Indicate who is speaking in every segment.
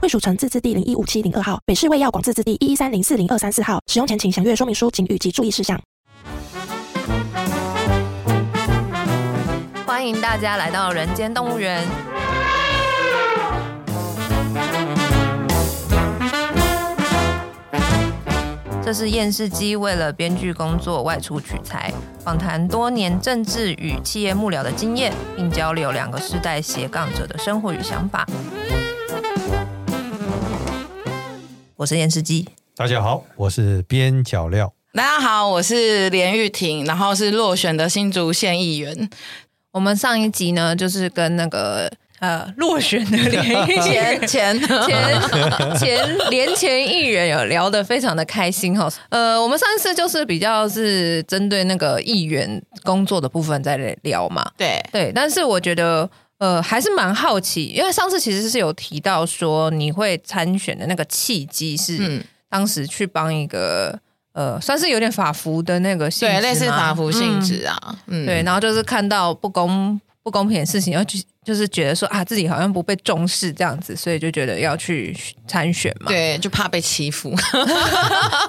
Speaker 1: 惠蜀城自治地零一五七零二号，北市卫药广自治地一一三零四零二三四号。使用前请详阅说明书请及注意事项。
Speaker 2: 欢迎大家来到人间动物园。这是验视机为了编剧工作外出取材，访谈多年政治与企业幕僚的经验，并交流两个世代斜杠者的生活与想法。我是验视机，
Speaker 3: 大家好，我是边角料。
Speaker 4: 大家好，我是连玉婷，然后是落选的新竹县议员。
Speaker 2: 我们上一集呢，就是跟那个呃落选的连一
Speaker 4: 前前
Speaker 2: 前前年前艺人有聊得非常的开心哈、哦。呃，我们上一次就是比较是针对那个议员工作的部分在聊嘛，
Speaker 4: 对
Speaker 2: 对，但是我觉得。呃，还是蛮好奇，因为上次其实是有提到说你会参选的那个契机是
Speaker 4: 嗯
Speaker 2: 当时去帮一个、呃，算是有点法服的那个性质
Speaker 4: 对，类似
Speaker 2: 吗
Speaker 4: 法服性
Speaker 2: 嗯
Speaker 4: 质啊，嗯，
Speaker 2: 对，然后就是看到不公不公平的事情，要去就是觉得说啊，自己好像不被重视这样子，所以就觉得要去参选嘛，
Speaker 4: 对，就怕被欺负。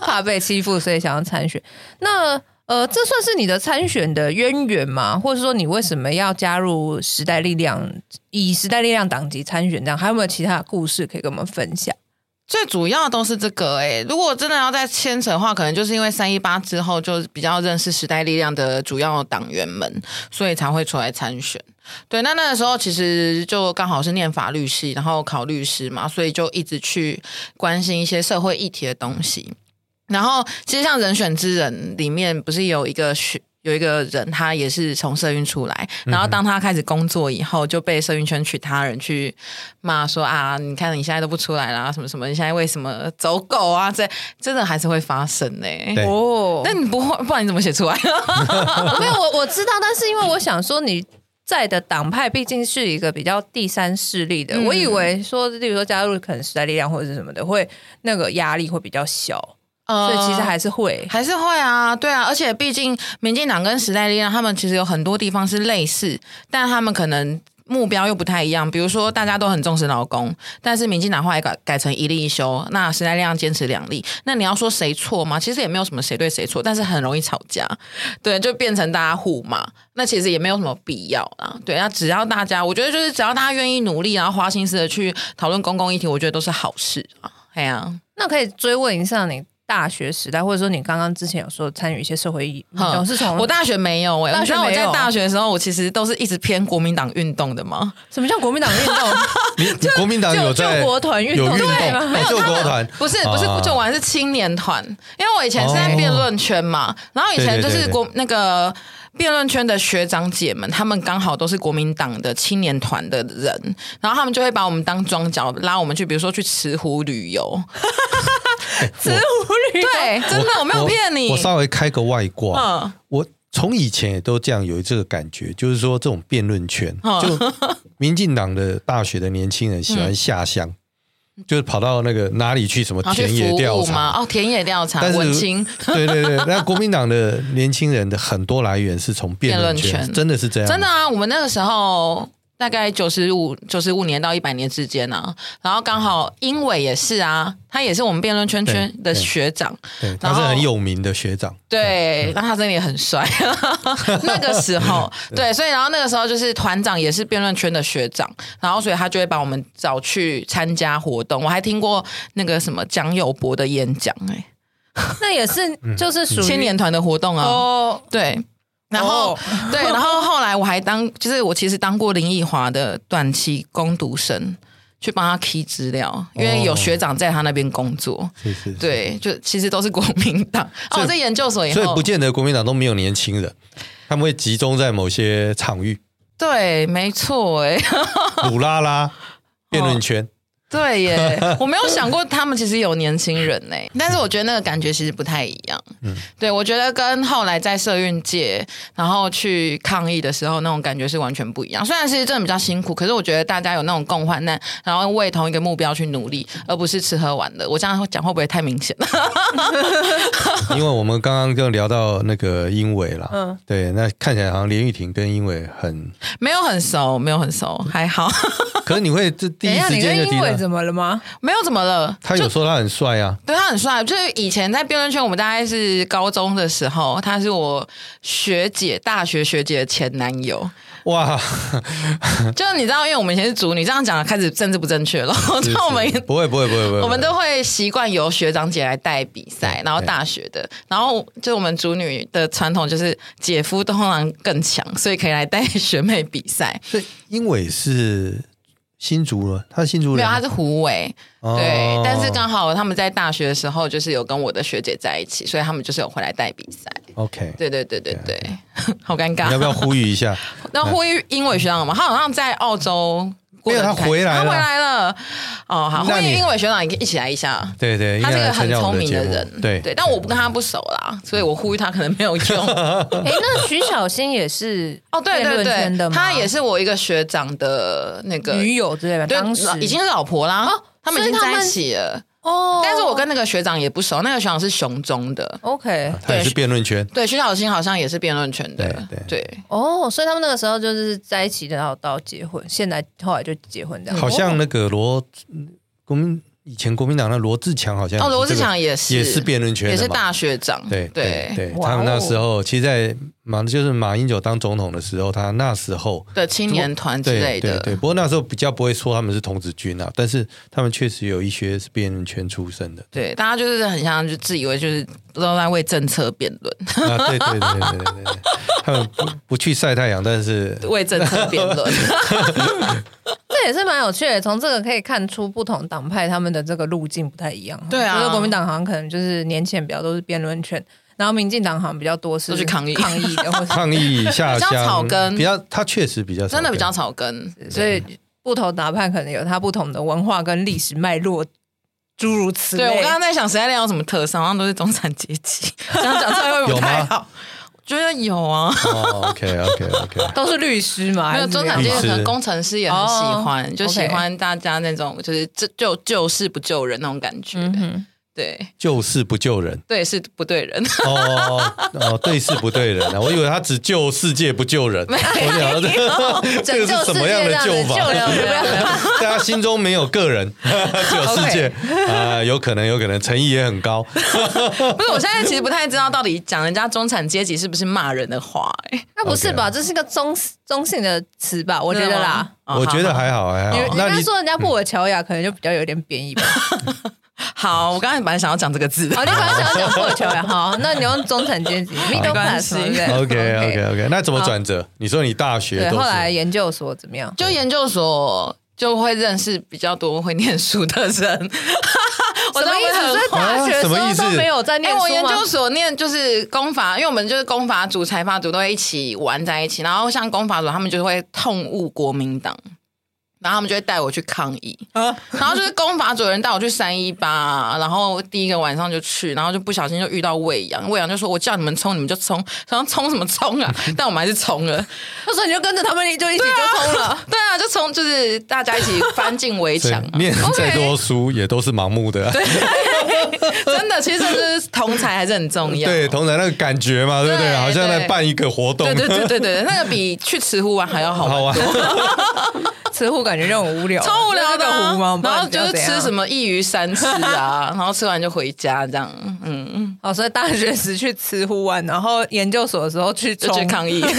Speaker 2: 怕被欺负，所以想要参选。那呃，这算是你的参选的渊源吗？或者说你为什么要加入时代力量，以时代力量党籍参选这样？还有没有其他的故事可以跟我们分享？
Speaker 4: 最主要都是这个哎、如果真的要再牵扯的话，可能就是因为三一八之后就比较认识时代力量的主要党员们，所以才会出来参选。对，那那个时候其实就刚好是念法律系，然后考律师嘛，所以就一直去关心一些社会议题的东西。然后，其实像《人选之人》里面不是有一个学有一个人，他也是从社运出来，然后当他开始工作以后，就被社运圈其他人去骂说啊，你看你现在都不出来啦，什么什么，你现在为什么走狗啊？这真的还是会发生呢、
Speaker 3: 对
Speaker 2: 哦
Speaker 4: 但你不会，不然你怎么写出来？
Speaker 2: 没有，我我知道，但是因为我想说你。在的党派毕竟是一个比较第三势力的，我以为说，例如说加入可能时代力量或者是什么的，会那个压力会比较小， 所以其实还是会。
Speaker 4: 还是会啊，对啊，而且毕竟民进党跟时代力量，他们其实有很多地方是类似，但他们可能。目标又不太一样，比如说大家都很重视劳工，但是民进党后来改改成一例一休，那时代力量坚持两例，那你要说谁错吗？其实也没有什么谁对谁错，但是很容易吵架，对，就变成大家互骂，那其实也没有什么必要啦，对，那只要大家，我觉得就是只要大家愿意努力，然后花心思的去讨论公共议题，我觉得都是好事啊，哎呀、
Speaker 2: 那可以追问一下你大学时代，或者说你刚刚之前有说参与一些社会运
Speaker 4: 哼
Speaker 2: 动，是从
Speaker 4: 哦我大学没有哎、欸，
Speaker 2: 大
Speaker 4: 你
Speaker 2: 学
Speaker 4: 知道我
Speaker 2: 没
Speaker 4: 在
Speaker 2: 有
Speaker 4: 大学的时候，我其实都是一直偏国民党运动的嘛。
Speaker 2: 什么叫国民党运 动？
Speaker 3: 你你国民党有在
Speaker 2: 救国团运
Speaker 3: 有
Speaker 2: 动
Speaker 3: 运动，
Speaker 2: 对
Speaker 3: 哦救国团
Speaker 4: 不是不是
Speaker 3: 啊，
Speaker 4: 就我还是青年团，因为我以前是在辩论圈嘛，然后以前就
Speaker 3: 哦对对
Speaker 4: 是
Speaker 3: 对对
Speaker 4: 国那个辩论圈的学长姐们，他们刚好都是国民党的青年团的人，然后他们就会把我们当庄脚，拉我们去，比如说去慈湖旅游，
Speaker 2: 植物旅
Speaker 4: 对，真的我没有骗你
Speaker 3: 啊我，稍微开个外挂，
Speaker 4: 嗯，
Speaker 3: 我从以前也都这样有这个感觉，就是说这种辩论圈，
Speaker 4: 嗯
Speaker 3: 就民进党的大学的年轻人喜欢下乡，就是跑到那个哪里去什么
Speaker 4: 然后嗯去
Speaker 3: 田野
Speaker 4: 服
Speaker 3: 调
Speaker 4: 务
Speaker 3: 查
Speaker 4: 嘛，。哦，田野调查，
Speaker 3: 但是
Speaker 4: 文青，
Speaker 3: 对对对，那国民党的年轻人的很多来源是从辩论
Speaker 4: 辩
Speaker 3: 圈，
Speaker 4: 论圈
Speaker 3: 真的是这样，
Speaker 4: 真的啊，我们那个时候大概九十五九十五年到一百年之间啊，然后刚好英伟也是啊，他也是我们辩论圈圈
Speaker 3: 对对
Speaker 4: 的学长，
Speaker 3: 对，
Speaker 4: 然
Speaker 3: 他是
Speaker 4: 后
Speaker 3: 很有名的学长，
Speaker 4: 对，那他真的也很帅。 那个 时候，对，所以然后那个时候就是团长也是辩论圈的学长，然后所以他就会把我们找去参加活动，我还听过那个什么蒋友柏的演讲、欸，
Speaker 2: 那也是
Speaker 3: 嗯
Speaker 2: 就是属于
Speaker 4: 青年团的活动啊，
Speaker 2: 哦，
Speaker 4: 对。然后、
Speaker 3: 哦
Speaker 4: 对，然后后来我还当，就是我其实当过林奕华的短期攻读生，去帮他 key 资料，因为
Speaker 3: 哦
Speaker 4: 有学长在他那边工作。
Speaker 3: 是是是。
Speaker 4: 对，就其实都是国民党。
Speaker 3: 所以
Speaker 4: 哦，我在研究所以后，
Speaker 3: 所以不见得国民党都没有年轻人，他们会集中在某些 场域，
Speaker 4: 对，没错，哎，哦
Speaker 3: 鲁拉拉辩论圈，
Speaker 4: 对耶， 我没有想过他们其实有年轻人呢，
Speaker 3: 嗯
Speaker 4: 但是我觉得那个感觉其实不太一样。嗯，对我觉得跟后来在社运界然后去抗议的时候那种感觉是完全不一样。虽然其实真的比较辛苦，可是我觉得大家有那种共患难，然后为同一个目标去努力，而不是吃喝玩乐。我这样讲会不会太明显 了？
Speaker 3: 因为我们刚刚就聊到那个英伟啦，
Speaker 2: 嗯
Speaker 3: 对，那看起来好像连玉婷跟英伟 很，
Speaker 4: 没有很熟，没有很熟，还好，
Speaker 3: 可是你会这第
Speaker 2: 等
Speaker 3: 一
Speaker 2: 一下，
Speaker 3: 时
Speaker 2: 你
Speaker 3: 间就
Speaker 2: 跟
Speaker 3: 听
Speaker 2: 英伟
Speaker 3: 到
Speaker 2: 怎么了 吗？
Speaker 4: 没有怎么了。
Speaker 3: 他有说他很帅啊，
Speaker 4: 对他很帅，就是以前在辩论圈，我们大概是高中的时候，他是我学姐、大学学姐的前男友。
Speaker 3: 哇，
Speaker 4: 就是你知道，因为我们以前是组女，这样讲开始政治不正确了。
Speaker 3: 是
Speaker 4: 就我们
Speaker 3: 是 不会不会不会不会，
Speaker 4: 我们都会习惯由学长姐来带比赛，然后大学的，然后就我们组女的传统就是姐夫通常更强，所以可以来带学妹比赛。
Speaker 3: 所以英伟是新竹了，他是新竹
Speaker 4: 没
Speaker 3: 人
Speaker 4: 有，
Speaker 3: 吗，
Speaker 4: 他是胡伟，
Speaker 3: 哦
Speaker 4: 对，但是刚好他们在大学的时候就是有跟我的学姐在一起，所以他们就是有回来带比赛。
Speaker 3: OK，
Speaker 4: 对对对对对， 好尴尬。
Speaker 3: 你要不要呼吁一 下？
Speaker 4: 那呼吁英伟学长嘛，他好像在澳洲过得
Speaker 3: 没有
Speaker 4: 很开心。
Speaker 3: 他回来了
Speaker 4: 他回来了。哦，好，呼
Speaker 3: 那你
Speaker 4: 吁英伟学长，你一起来一下。
Speaker 3: 对对，
Speaker 4: 他
Speaker 3: 应
Speaker 4: 是
Speaker 3: 该
Speaker 4: 个
Speaker 3: 来参
Speaker 4: 很
Speaker 3: 加我
Speaker 4: 聪
Speaker 3: 们
Speaker 4: 明的
Speaker 3: 节目
Speaker 4: 人，
Speaker 3: 对
Speaker 4: 对，但我不跟他不熟啦，所以我呼吁他可能没 有用。
Speaker 2: 哎，那徐小新也是
Speaker 4: 哦，对
Speaker 2: 辩
Speaker 4: 对
Speaker 2: 论圈
Speaker 4: 对
Speaker 2: 的，吗
Speaker 4: 他也是我一个学长的那个
Speaker 2: 女友之类的，
Speaker 4: 对
Speaker 2: 当时，哦
Speaker 4: 已经是老婆啦，他们已经
Speaker 2: 所以他
Speaker 4: 在
Speaker 2: 们
Speaker 4: 一起了。
Speaker 2: 哦，
Speaker 4: 但是我跟那个学长也不熟，那个学长是雄中的，
Speaker 2: OK
Speaker 3: 啊他也是辩论圈，
Speaker 4: 对，徐小新好像也是辩论圈的，
Speaker 3: 对
Speaker 4: 对，
Speaker 2: 哦，所以他们那个时候就是在一起，然后到结婚，现在后来就结婚这样。哦
Speaker 3: 好像那个罗国民以前国民党的罗志强好像
Speaker 4: 哦，罗
Speaker 3: 也是
Speaker 4: 志
Speaker 3: 这个
Speaker 4: 强也是
Speaker 3: 也是辩论圈的
Speaker 4: 也
Speaker 3: 嘛
Speaker 4: 是大嗯学长，
Speaker 3: 对对对，
Speaker 2: 哇哦
Speaker 3: 他们那时候其实，在马就是马英九当总统的时候，他那时候
Speaker 4: 的青年团之
Speaker 3: 对
Speaker 4: 类
Speaker 3: 对
Speaker 4: 的，
Speaker 3: 对，不过那时候比较不会说他们是童子军啊，但是他们确实有一些是辩论圈出身 的
Speaker 4: 对，大家就是很像就自以为就是都在为政策辩论，
Speaker 3: 啊，对对对对对对对，他们不不去晒太阳，但 是
Speaker 4: 为政策辩 论。
Speaker 2: 这也是蛮有趣的，从这个可以看出不同党派他们的这个路径不太一样。
Speaker 4: 对啊
Speaker 2: 就是国民党好像可能就是年前比较都是辩论圈，然后民进党好像比较多是
Speaker 4: 都去抗议
Speaker 2: 抗议的， 或
Speaker 3: 抗议下
Speaker 4: 比较
Speaker 3: 乡
Speaker 4: 草根
Speaker 3: 比较他确实比较
Speaker 4: 真的比较
Speaker 3: 草
Speaker 4: 草根。
Speaker 2: 是所以不同党派可能有它不同的文化跟历史脉络，诸如此类。
Speaker 4: 对我刚刚在想，时代力量有什么特色？好像都是中产阶级， 这样讲出来会不会
Speaker 3: 有
Speaker 4: 不
Speaker 3: 吗
Speaker 4: 太好？我觉得有啊，
Speaker 3: 根。哦，OK OK OK，
Speaker 2: 都是律师嘛，还
Speaker 4: 没有
Speaker 2: 是
Speaker 4: 中
Speaker 2: 怎
Speaker 4: 产
Speaker 2: 么
Speaker 4: 阶
Speaker 2: 样
Speaker 3: 律
Speaker 4: 级可能
Speaker 3: 师
Speaker 4: 工程师也很喜欢，
Speaker 2: 哦
Speaker 4: 就喜
Speaker 2: OK
Speaker 4: 欢大家那种就是这救救世不救人那种感觉。
Speaker 2: 嗯哼，
Speaker 4: 对
Speaker 3: 救世不救人。
Speaker 4: 对，是不对人。
Speaker 3: 哦哦，对事不对人啊！我以为他只救世界不救人，我想这 这个是什么样的救法？
Speaker 2: 拯救世界这样的救人
Speaker 3: 大家心中没有个人， 只有世 界啊、有可能，有可能，诚意也很高。
Speaker 4: 不是，我现在其实不太知道到底讲人家中产阶级是不是骂人的话、哎，
Speaker 2: 那不是吧？这是个中中性的词吧？我觉得啦。
Speaker 4: 真的吗，
Speaker 3: 我觉得
Speaker 4: 哦
Speaker 3: 还好，还
Speaker 2: 你
Speaker 3: 好。
Speaker 2: 你
Speaker 3: 那
Speaker 2: 刚
Speaker 3: 你
Speaker 2: 说人家
Speaker 4: 嗯
Speaker 2: 布尔乔亚可能就比较有点贬义吧？
Speaker 4: 好好，我刚才本来想要讲这个字的
Speaker 2: 好，你反正想要讲布尔 乔亚，好，那你用中产阶级 middle
Speaker 4: 关
Speaker 2: class
Speaker 4: 系
Speaker 2: 对不对
Speaker 3: OK OK OK，那怎么转折？你说你大学
Speaker 2: 对，
Speaker 3: 都
Speaker 2: 后来
Speaker 3: 是
Speaker 2: 研究所怎么样？
Speaker 4: 就研究所就会认识比较多会念书的 人。我
Speaker 2: 什么意思？所以
Speaker 4: 在
Speaker 2: 大学的时
Speaker 3: 啊什么意
Speaker 2: 候
Speaker 3: 思
Speaker 2: 都没有在
Speaker 4: 哎、
Speaker 2: 念书吗？
Speaker 4: 我研究所念就是公法，因为我们就是公法组、财法组都会一起玩在一起。然后像公法组，他们就会痛恶国民党，然后他们就会带我去抗议。然后就是公法组有人带我去三一八，然后第一个晚上就去，然后就不小心就遇到魏阳，魏阳就说：“我叫你们冲，你们就冲，然后冲什么冲 啊？”但我们还是冲了。
Speaker 2: 那时候你就跟着他们就一起就冲了。
Speaker 4: 对啊，就冲，就是大家一起翻进围
Speaker 3: 对
Speaker 4: 墙啊、
Speaker 3: 念再多书也都是盲目的。啊
Speaker 4: 真的，其实这就是同才还是很重要。
Speaker 3: 对，同台那个感觉嘛，对不对？
Speaker 4: 对
Speaker 3: 好像在
Speaker 4: 对
Speaker 3: 办一个活动
Speaker 4: 对，对对对对，那个比去慈湖玩还要好玩
Speaker 3: 好。玩。
Speaker 2: 吃货感觉就很无聊，
Speaker 4: 超无聊
Speaker 2: 就
Speaker 4: 的
Speaker 2: 是
Speaker 4: 啊、
Speaker 2: 个湖吗？
Speaker 4: 然后就是吃什
Speaker 2: 么？
Speaker 4: 么一鱼三吃啊，然后吃完就回家这样，嗯，
Speaker 2: 哦，所以大学时去吃湖玩，然后研究所的时候去
Speaker 4: 就
Speaker 2: 冲
Speaker 4: 去抗议，对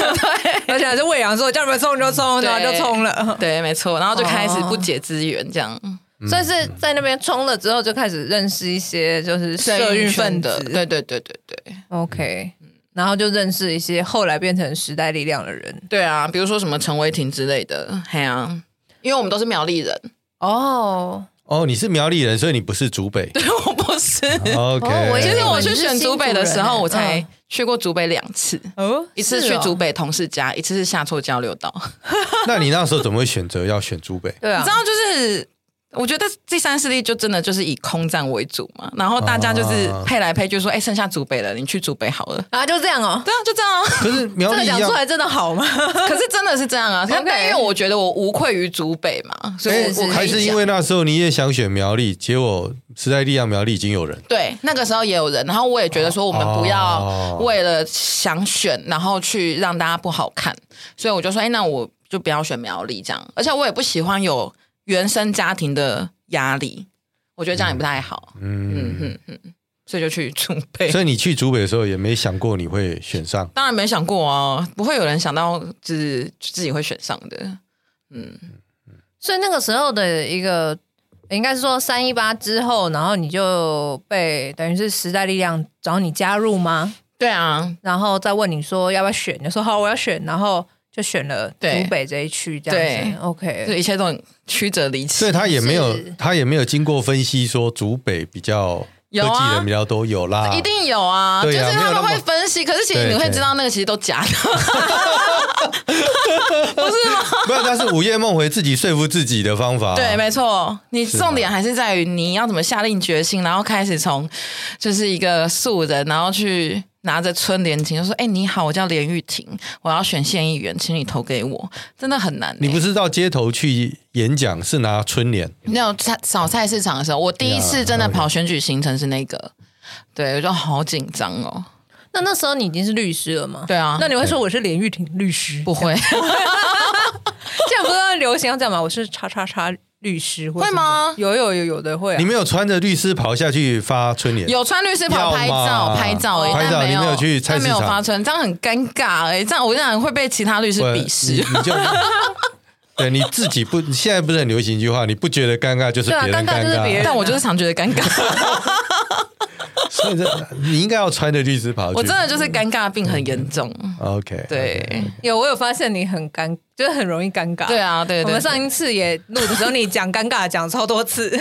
Speaker 2: 而且还是魏阳说叫你们冲就 冲，然后就冲了。
Speaker 4: 对，没错，然后就开始不解资源这样，
Speaker 2: 所以是
Speaker 4: 嗯
Speaker 2: 在那边冲了之后，就开始认识一些就是社运分
Speaker 4: 的，
Speaker 2: 子，
Speaker 4: 对对对对对
Speaker 2: OK，然后就认识一些后来变成时代力量的人。
Speaker 4: 对啊，比如说什么陈伟霆之类的，嘿啊。因为我们都是苗栗人，
Speaker 2: 哦，
Speaker 3: 哦，你是苗栗人，所以你不是竹北。
Speaker 4: 对我不是。
Speaker 3: OK，
Speaker 2: 哦我也
Speaker 4: 其
Speaker 2: 是
Speaker 4: 实我去选竹北的时候，
Speaker 2: 嗯
Speaker 4: 我才去过竹北两次，
Speaker 2: 哦，
Speaker 4: 一次去竹，北同事家，一次是下错交流道。
Speaker 3: 那你那时候怎么会选择要选竹北？
Speaker 2: 对啊，
Speaker 4: 你知道，就是我觉得第三势力就真的就是以空战为主嘛，然后大家就是
Speaker 3: 啊
Speaker 4: 配来配去说，哎、剩下祖北了，你去祖北好了。
Speaker 2: 啊，就这样哦。
Speaker 4: 对啊，就这样啊。
Speaker 3: 可是苗
Speaker 2: 这
Speaker 3: 栗
Speaker 2: 个
Speaker 3: 一
Speaker 2: 讲
Speaker 3: 样
Speaker 2: 出，来真的好吗？
Speaker 4: 可是真的是这样啊，但
Speaker 2: OK
Speaker 4: 但因为 我觉得我无愧于祖北嘛，所以我
Speaker 2: 是
Speaker 4: 我
Speaker 2: 是
Speaker 4: 可以
Speaker 3: 哎还是因
Speaker 4: 讲
Speaker 3: 为那时候你也想选苗栗，结果时代力量苗栗已经有人，
Speaker 4: 对，那个时候也有人，然后我也觉得说，我们不
Speaker 3: 哦
Speaker 4: 要为了想选，然后去让大家不好看，所以我就说，哎、那我就不要选苗栗这样，而且我也不喜欢有原生家庭的压力，我觉得这样也不太好，嗯
Speaker 3: 嗯，
Speaker 4: 嗯嗯，所以就去准备。
Speaker 3: 所以你去竹北的时候也没想过你会选上，
Speaker 4: 当然没想过啊，不会有人想到就是自己会选上的，嗯，
Speaker 2: 所以那个时候的一个，应该是说三一八之后，然后你就被等于是时代力量找你加入吗？
Speaker 4: 对啊，
Speaker 2: 然后再问你说要不要选，你说好，我要选，然后就选了
Speaker 4: 对
Speaker 2: 湖北这一区这样子。
Speaker 4: 这
Speaker 2: OK，
Speaker 4: 一切都很曲折离奇
Speaker 3: 所以。他也没有
Speaker 2: 是
Speaker 3: 他也没有经过分析说竹北比较科
Speaker 4: 有啊
Speaker 3: 技人比较多，有啦，
Speaker 4: 一定有啊，就
Speaker 3: 对
Speaker 4: 是
Speaker 3: 啊
Speaker 4: 他
Speaker 3: 没有那
Speaker 4: 们
Speaker 3: 么
Speaker 4: 会分析，可是其实
Speaker 3: 对
Speaker 4: 你会
Speaker 3: 对
Speaker 4: 知道那个其实都假的。
Speaker 3: 不是，那是午夜梦回自己说服自己的方法，
Speaker 4: 对，没错，你
Speaker 3: 啊
Speaker 4: 重点还是在于你要怎么下定决心，然后开始从就是一个素人，然后去拿着春联请，就说：“哎、你好，我叫连玉婷，我要选县议员，请你投给我。”真的很难欸、
Speaker 3: 你不是到街头去演讲，是拿春联，
Speaker 4: 没有菜扫菜市场的时候，我第一次真的跑选举行程是那个，对我就好紧张哦。
Speaker 2: 那那时候你已经是律师了吗？
Speaker 4: 对啊
Speaker 2: 那你会说我是连玉婷律师？
Speaker 4: 不会
Speaker 2: 现在不是流行要这样吗？我是叉叉叉律师，或者
Speaker 4: 会吗
Speaker 2: 什么有有有有的会、啊
Speaker 3: 你。没有穿着律师袍下去发春联，
Speaker 4: 有穿律师袍拍
Speaker 3: 要
Speaker 4: 照
Speaker 3: 嘛
Speaker 4: 拍照而已，
Speaker 3: 拍照
Speaker 4: 但没
Speaker 3: 你没有去菜
Speaker 4: 但
Speaker 3: 市
Speaker 4: 没有
Speaker 3: 场
Speaker 4: 发春，这样很尴尬哎、这样我这样会被其他律师
Speaker 3: 不然
Speaker 4: 鄙视
Speaker 3: 你。你 就对你自己不，现在不是很流行一句话，你不觉得尴尬就是
Speaker 2: 对啊
Speaker 3: 别人
Speaker 2: 尴尬就是别人
Speaker 3: 尬，
Speaker 4: 但我就是常觉得尴尬，
Speaker 3: 所以这你应该要穿着律师袍去。
Speaker 4: 我真的就是尴尬病很严重。
Speaker 3: OK，
Speaker 4: 嗯对，
Speaker 2: 有，我有发现你很尴，就是很容易尴尬。
Speaker 4: 对啊，对对
Speaker 2: 我们上
Speaker 4: 对
Speaker 2: 一次也录的时候，你讲尴尬讲超多次，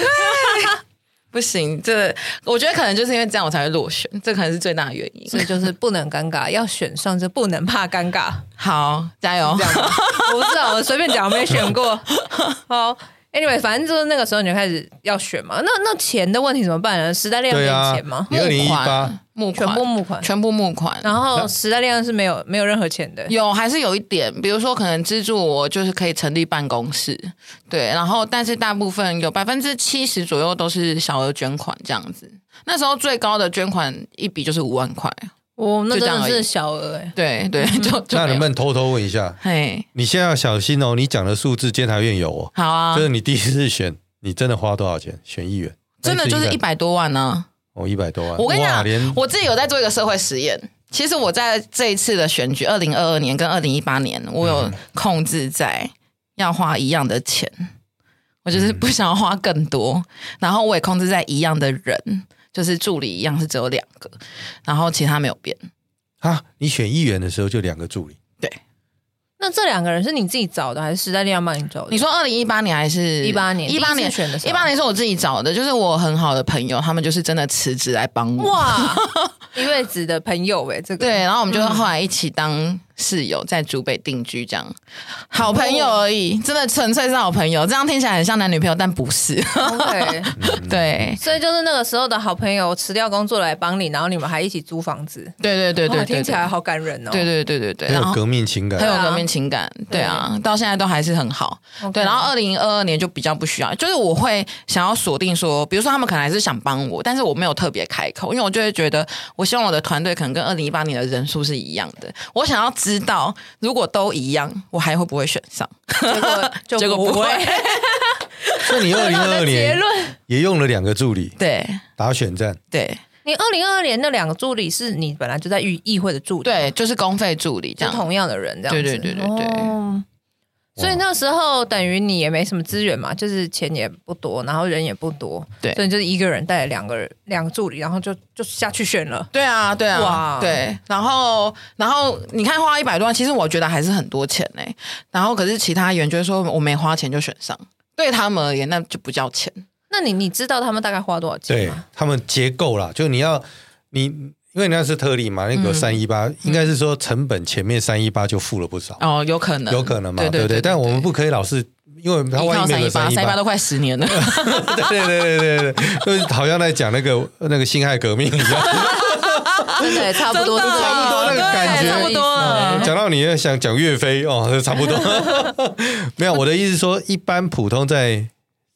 Speaker 4: 不行，这我觉得可能就是因为这样我才会落选，这可能是最大的原 因。
Speaker 2: 所以就是不能尴尬，要选上就不能怕尴尬。
Speaker 4: 好，加油
Speaker 2: 这！样吗？ 我不知道，我随便讲，我没选 过。好，anyway，反正就是那个时候你就开始要选嘛。那那钱的问题怎么办呢？时代力量
Speaker 3: 对啊
Speaker 2: 给钱吗？，
Speaker 3: 你二零一
Speaker 4: 募
Speaker 3: 八
Speaker 4: 款，募
Speaker 2: 全
Speaker 4: 款，
Speaker 2: 部募款，
Speaker 4: 全部募款。
Speaker 2: 然后时代力量是没有没有任何钱的。
Speaker 4: 有还是有一点，比如说可能资助我就是可以成立办公室，对，然后但是大部分有百分之七十左右都是小额捐款这样子。那时候最高的捐款一笔就是五万块，
Speaker 2: 我、哦那
Speaker 4: 就这
Speaker 2: 真
Speaker 4: 样
Speaker 2: 的
Speaker 4: 而已
Speaker 2: 是小额哎、
Speaker 4: 对对，就就
Speaker 3: 那能不
Speaker 4: 没有
Speaker 3: 能偷偷问一下？
Speaker 4: 嘿，
Speaker 3: 你现在要小心哦，你讲的数字监察院有哦，
Speaker 4: 好啊
Speaker 3: 就，是你第一次选，你真的花多少钱选议员？哎
Speaker 4: 真的就是一百多万啊呢、
Speaker 3: 哦，一百多万。
Speaker 4: 我跟你
Speaker 3: 哇
Speaker 4: 讲
Speaker 3: 连，
Speaker 4: 我自己有在做一个社会实验。其实我在这一次的选举，二零二二年跟二零一八年，我
Speaker 2: 嗯
Speaker 4: 有控制在要花一样的钱，我就是
Speaker 2: 嗯
Speaker 4: 不想要花更多。然后我也控制在一样的人，就是助理一样是只有两个，然后其他没有变。
Speaker 3: 啊，你选议员的时候就两个助理，
Speaker 2: 那这两个人是你自己找的，还是时代力量帮你找的？
Speaker 4: 你说二零一八年还是
Speaker 2: 18年
Speaker 4: 一八
Speaker 2: 第一
Speaker 4: 年
Speaker 2: 次选的时候
Speaker 4: 一八年是我自己找的，就是我很好的朋友，他们就是真的辞职来帮我。
Speaker 2: 哇，一辈子的朋友哎、这个
Speaker 4: 对，然后我们就后来一起当室友，在竹北定居，这样好朋友而
Speaker 3: 哦
Speaker 4: 已，真的纯粹是好朋友。这样听起来很像男女朋友，但不是。
Speaker 2: OK，
Speaker 3: 嗯
Speaker 4: 对，
Speaker 2: 所以就是那个时候的好朋友辞掉工作来帮你，然后你们还一起租房子，
Speaker 4: 对对对
Speaker 2: 哇
Speaker 4: 对对，
Speaker 2: 听起来好感人哦。
Speaker 4: 对，对对对对，
Speaker 3: 很
Speaker 4: 然
Speaker 3: 有
Speaker 4: 后
Speaker 3: 革命情
Speaker 4: 很
Speaker 3: 感。
Speaker 4: 有革命情感，对啊，到现在都还是很好。对，然后二零二二年就比较不需要，就是我会想要锁定说，比如说他们可能还是想帮我，但是我没有特别开口，因为我就会觉得，我希望我的团队可能跟二零一八年的人数是一样的，我想要知道如果都一样，我还会不会选上？
Speaker 2: 结 果就
Speaker 4: 结果不会，
Speaker 3: 所以你二零二二
Speaker 2: 结
Speaker 3: 年
Speaker 2: 论。
Speaker 3: 也用了两个助理
Speaker 4: 对
Speaker 3: 打选战，
Speaker 4: 对
Speaker 2: 你二零二二年那两个助理是你本来就在议议会的助理，，
Speaker 4: 对，就是公费助理这
Speaker 2: 就
Speaker 4: 样。
Speaker 2: 同样的人这样子，
Speaker 4: 对对对对对
Speaker 2: 哦所以那时候等于你也没什么资源嘛，就是钱也不多，然后人也不多，
Speaker 4: 对
Speaker 2: 所以你就是一个人带了两个人两个助理，然后就就下去选了。
Speaker 4: 对啊，对啊
Speaker 2: 哇，
Speaker 4: 对，然后，然后你看花一百多万，其实我觉得还是很多钱呢、然后，可是其他员就会说我没花钱就选上，对他们而言那就不叫钱。
Speaker 2: 那你你知道他们大概花多少钱
Speaker 3: 对
Speaker 2: 吗？
Speaker 3: 他们结构啦，就你要你，因为那是特例嘛，
Speaker 4: 嗯
Speaker 3: 那个三一八应该是说成本前面三一八就付了不少，
Speaker 4: 哦，有可能，
Speaker 3: 有可能嘛，
Speaker 4: 对
Speaker 3: 对不
Speaker 4: 对
Speaker 3: 对？但我们不可以老是因为他
Speaker 4: 依
Speaker 3: 万
Speaker 4: 靠
Speaker 3: 一没
Speaker 4: 三
Speaker 3: 有
Speaker 4: 一
Speaker 3: 三
Speaker 4: 八，
Speaker 3: 一
Speaker 4: 三一八
Speaker 3: 八
Speaker 4: 都，快十 年了。
Speaker 3: 对对对对对对， 就是好像在讲那个那个辛亥革 命一样。
Speaker 2: 真的欸差不多是这
Speaker 3: 差不
Speaker 2: 样。
Speaker 3: 多那个感觉
Speaker 4: 啊对差不多了。
Speaker 3: 讲到你想讲岳飞哦， 这差不多。 没有，我的意思是说，一般普通在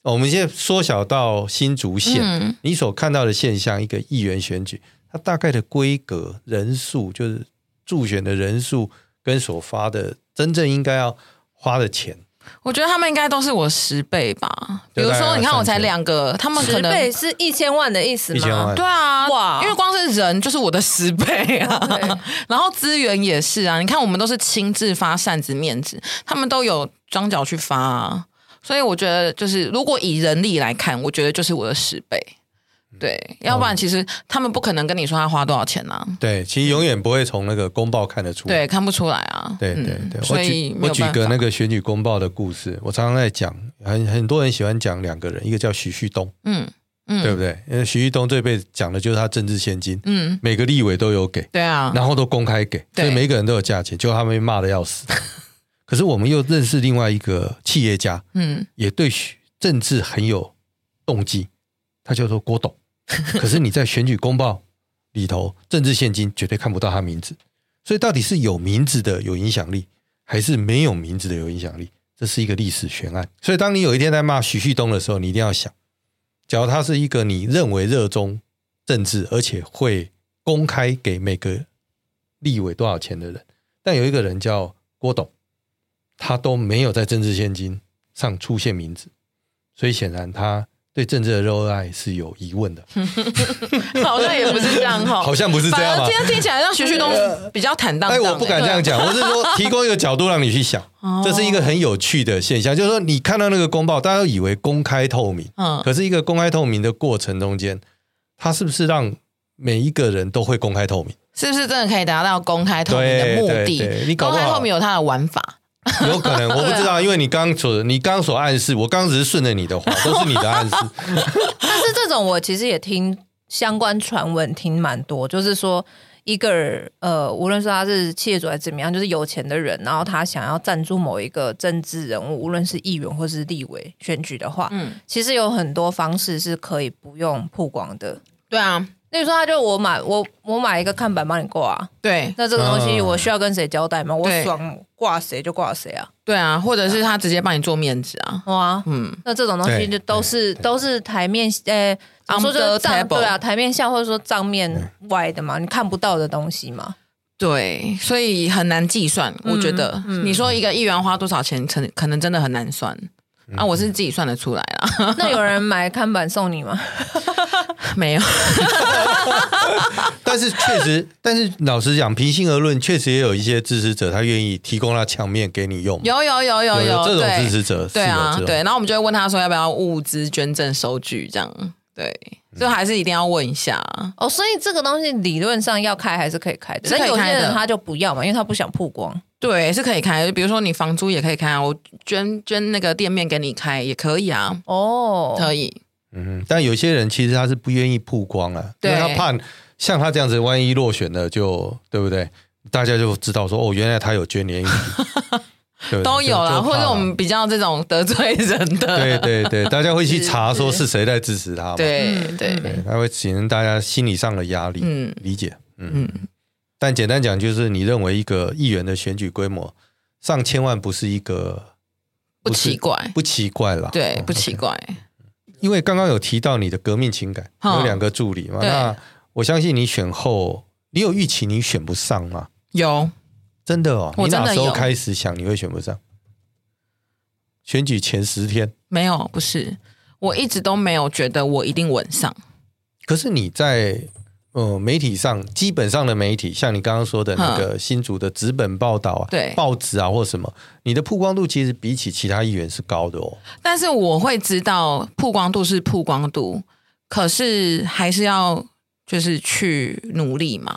Speaker 3: 哦我们现在缩小到新竹县，
Speaker 4: 嗯
Speaker 3: 你所看到的现象，一个议员选举，它大概的规格、人数，就是助选的人数跟所发的真正应该要花的钱，
Speaker 4: 我觉得他们应该都是我十倍吧。比
Speaker 3: 就
Speaker 4: 如
Speaker 3: 大概
Speaker 4: 说，你看我
Speaker 3: 三
Speaker 4: 才
Speaker 3: 千
Speaker 4: 两个，他们可
Speaker 2: 十
Speaker 4: 能
Speaker 2: 倍是一千万的意思
Speaker 3: 一千
Speaker 2: 吗
Speaker 3: 万？
Speaker 4: 对啊，
Speaker 2: 哇
Speaker 4: 哇，因为光是人就是我的十倍啊，然后资源也是啊。你看，我们都是亲自发扇子面子，他们都有装脚去发啊。所以我觉得，就是如果以人力来看，我觉得就是我的十倍。
Speaker 3: 嗯
Speaker 4: 对，要不然其
Speaker 3: 哦
Speaker 4: 实他们不可能跟你说他花多少钱呐、啊，
Speaker 3: 对，其实永远不会从那个公报看得出来。
Speaker 4: 对，看不出来啊。
Speaker 3: 对对
Speaker 4: 嗯
Speaker 3: 对，
Speaker 4: 所以
Speaker 3: 我
Speaker 4: 没
Speaker 3: 举我举
Speaker 4: 有办
Speaker 3: 个
Speaker 4: 法
Speaker 3: 那个选举公报的故事，我常常在讲，很很多人喜欢讲两个人，一个叫徐旭东，
Speaker 4: 嗯嗯，
Speaker 3: 对不对？因为徐旭东这辈子讲的就是他政治现金，
Speaker 4: 嗯，
Speaker 3: 每个立委都有给，
Speaker 4: 对啊，
Speaker 3: 然后都公开给，所
Speaker 4: 对
Speaker 3: 以每一个人都有价钱，结果他们被骂的要死。可是我们又认识另外一个企业家，
Speaker 4: 嗯，
Speaker 3: 也对徐政治很有动机，他叫做郭董。可是你在选举公报里头，政治现金绝对看不到他名字，所以到底是有名字的有影响力，还是没有名字的有影响力？这是一个历史悬案。所以当你有一天在骂徐旭东的时候，你一定要想，假如他是一个你认为热衷政治，而且会公开给每个立委多少钱的人，但有一个人叫郭董，他都没有在政治现金上出现名字，所以显然他对政治的热爱是有疑问的，
Speaker 4: 嗯好像也不是这样哈，
Speaker 3: 好像不是这样
Speaker 4: 反
Speaker 3: 吧
Speaker 4: 而？听听起来让徐旭 东比较坦荡
Speaker 3: 哎，
Speaker 4: 荡、
Speaker 3: 我不敢这样 讲，我是说提供一个角度让你去想，
Speaker 4: 哦
Speaker 3: 这是一个很有趣的现象，就是说你看到那个公报，大家都以为公开透明，
Speaker 4: 嗯
Speaker 3: 可是一个公开透明的过程中间，它是不是让每一个人都会公开透 明？
Speaker 4: 是不是真的可以达到公开透明的目
Speaker 3: 对
Speaker 4: 的？
Speaker 3: 对对你搞
Speaker 4: 公
Speaker 3: 不好
Speaker 4: 开透明有它的玩法，
Speaker 3: 有可能，我不知道，因为你刚所你刚所暗示，我刚只是顺着你的话，都是你的暗示。
Speaker 2: 但是这种我其实也听相关传闻听蛮多，就是说一个人呃，无论是他是企业主还是怎么样，就是有钱的人，然后他想要赞助某一个政治人物，无论是议员或是立委选举的话，
Speaker 4: 嗯，
Speaker 2: 其实有很多方式是可以不用曝光的。
Speaker 4: 对啊，
Speaker 2: 例如说，他就我买我我买一个看板帮你挂、啊，
Speaker 4: 对
Speaker 2: 那这个东西
Speaker 3: 嗯
Speaker 2: 我需要跟谁交代吗？我
Speaker 4: 对
Speaker 2: 爽挂谁就挂谁啊！
Speaker 4: 对啊，或者是他直接帮你做面子啊，
Speaker 2: 哇，
Speaker 4: 嗯，
Speaker 2: 那这种东西
Speaker 3: 对
Speaker 2: 就都是都是台面呃，怎么说
Speaker 4: Under
Speaker 2: 就是账
Speaker 4: table
Speaker 2: 对啊，台面下或者说账面外的嘛，你看不到的东西嘛。
Speaker 4: 对，所以很难计算。我觉得、你说一个议员花多少钱，可能可能真的很难算。
Speaker 3: 嗯
Speaker 4: 啊，我是自己算得出来啦，
Speaker 2: 那有人买看板送你吗？
Speaker 4: 没有，
Speaker 3: 但是确实， 但是老实讲，平心而论，确实也有一些支持者他愿意提供他墙面给你用。
Speaker 4: 有有有有
Speaker 3: 有这种
Speaker 4: 对
Speaker 3: 支持者，
Speaker 4: 对
Speaker 3: 是
Speaker 4: 啊
Speaker 3: 有这种
Speaker 4: 对，然后我们就会问他说要不要物资捐赠收据这样，对，
Speaker 3: 嗯
Speaker 4: 所以还是一定要问一下。啊
Speaker 2: 哦，所以这个东西理论上要开还是可以开的，
Speaker 4: 是可
Speaker 2: 但
Speaker 4: 以
Speaker 2: 有些
Speaker 4: 开的
Speaker 2: 人他就不要嘛，因为他不想曝光。
Speaker 4: 对，是可以开，比如说你房租也可以开啊，我捐捐那个店面给你开也可以啊，
Speaker 2: 哦，
Speaker 4: 可以。
Speaker 3: 嗯，但有些人其实他是不愿意曝光啊，因
Speaker 4: 对
Speaker 3: 为他怕像他这样子，万一落选了就对不对？大家就知道说哦，原来他有捐联谊， 对不对
Speaker 4: 都有
Speaker 3: 就
Speaker 4: 啦，
Speaker 3: 就怕
Speaker 4: 或者我们比较这种得罪人的，
Speaker 3: 对对对，大家会去查说是谁在支持他嘛，
Speaker 4: 对对，
Speaker 3: 对，他会形成大家心理上的压力，
Speaker 4: 嗯
Speaker 3: 理解，嗯。
Speaker 4: 嗯，
Speaker 3: 但简单讲，就是你认为一个议员的选举规模上千万不是一个
Speaker 4: 不
Speaker 3: 是
Speaker 4: 奇怪，
Speaker 3: 不奇怪啦，
Speaker 4: 对
Speaker 3: 嗯，
Speaker 4: 不奇怪，
Speaker 3: 因为刚刚有提到你的革命情感，
Speaker 4: 嗯
Speaker 3: 有两个助理嘛，
Speaker 4: 对
Speaker 3: 那我相信你选后，你有预期你选不上吗？
Speaker 4: 有
Speaker 3: 真的哦，
Speaker 4: 我
Speaker 3: 你
Speaker 4: 真的
Speaker 3: 哪时候
Speaker 4: 有
Speaker 3: 开始想你会选不上？选举前十天，
Speaker 4: 没有？不是，我一直都没有觉得我一定稳上，
Speaker 3: 可是你在呃媒体上，基本上的媒体，像你刚刚说的那个新竹的纸本报道啊，
Speaker 4: 对
Speaker 3: 报纸啊或什么，你的曝光度其实比起其他议员是高的哦。
Speaker 4: 但是我会知道曝光度是曝光度，可是还是要就是去努力嘛，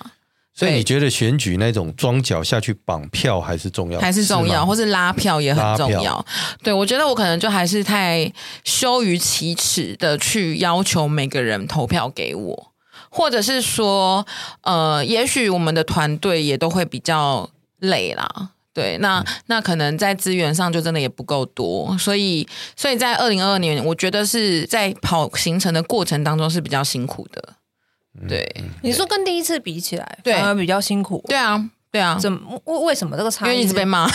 Speaker 3: 所以
Speaker 4: 对
Speaker 3: 你觉得选举那种装脚下去绑票还是重要？
Speaker 4: 还是重要，
Speaker 3: 吗
Speaker 4: 或是拉票也很重
Speaker 3: 拉
Speaker 4: 要。对我觉得我可能就还是太羞于启齿的去要求每个人投票给我，或者是说，呃，也许我们的团队也都会比较累啦。对，
Speaker 3: 嗯
Speaker 4: 那那可能在资源上就真的也不够多，所以所以在二零二二年，我觉得是在跑行程的过程当中是比较辛苦的。
Speaker 3: 嗯
Speaker 4: 对，
Speaker 2: 你说跟第一次比起来，
Speaker 4: 对
Speaker 2: 反而比较辛苦。
Speaker 4: 对啊，对啊，
Speaker 2: 怎么为为什么这个差
Speaker 4: 因
Speaker 2: 异？
Speaker 4: 为一直被骂。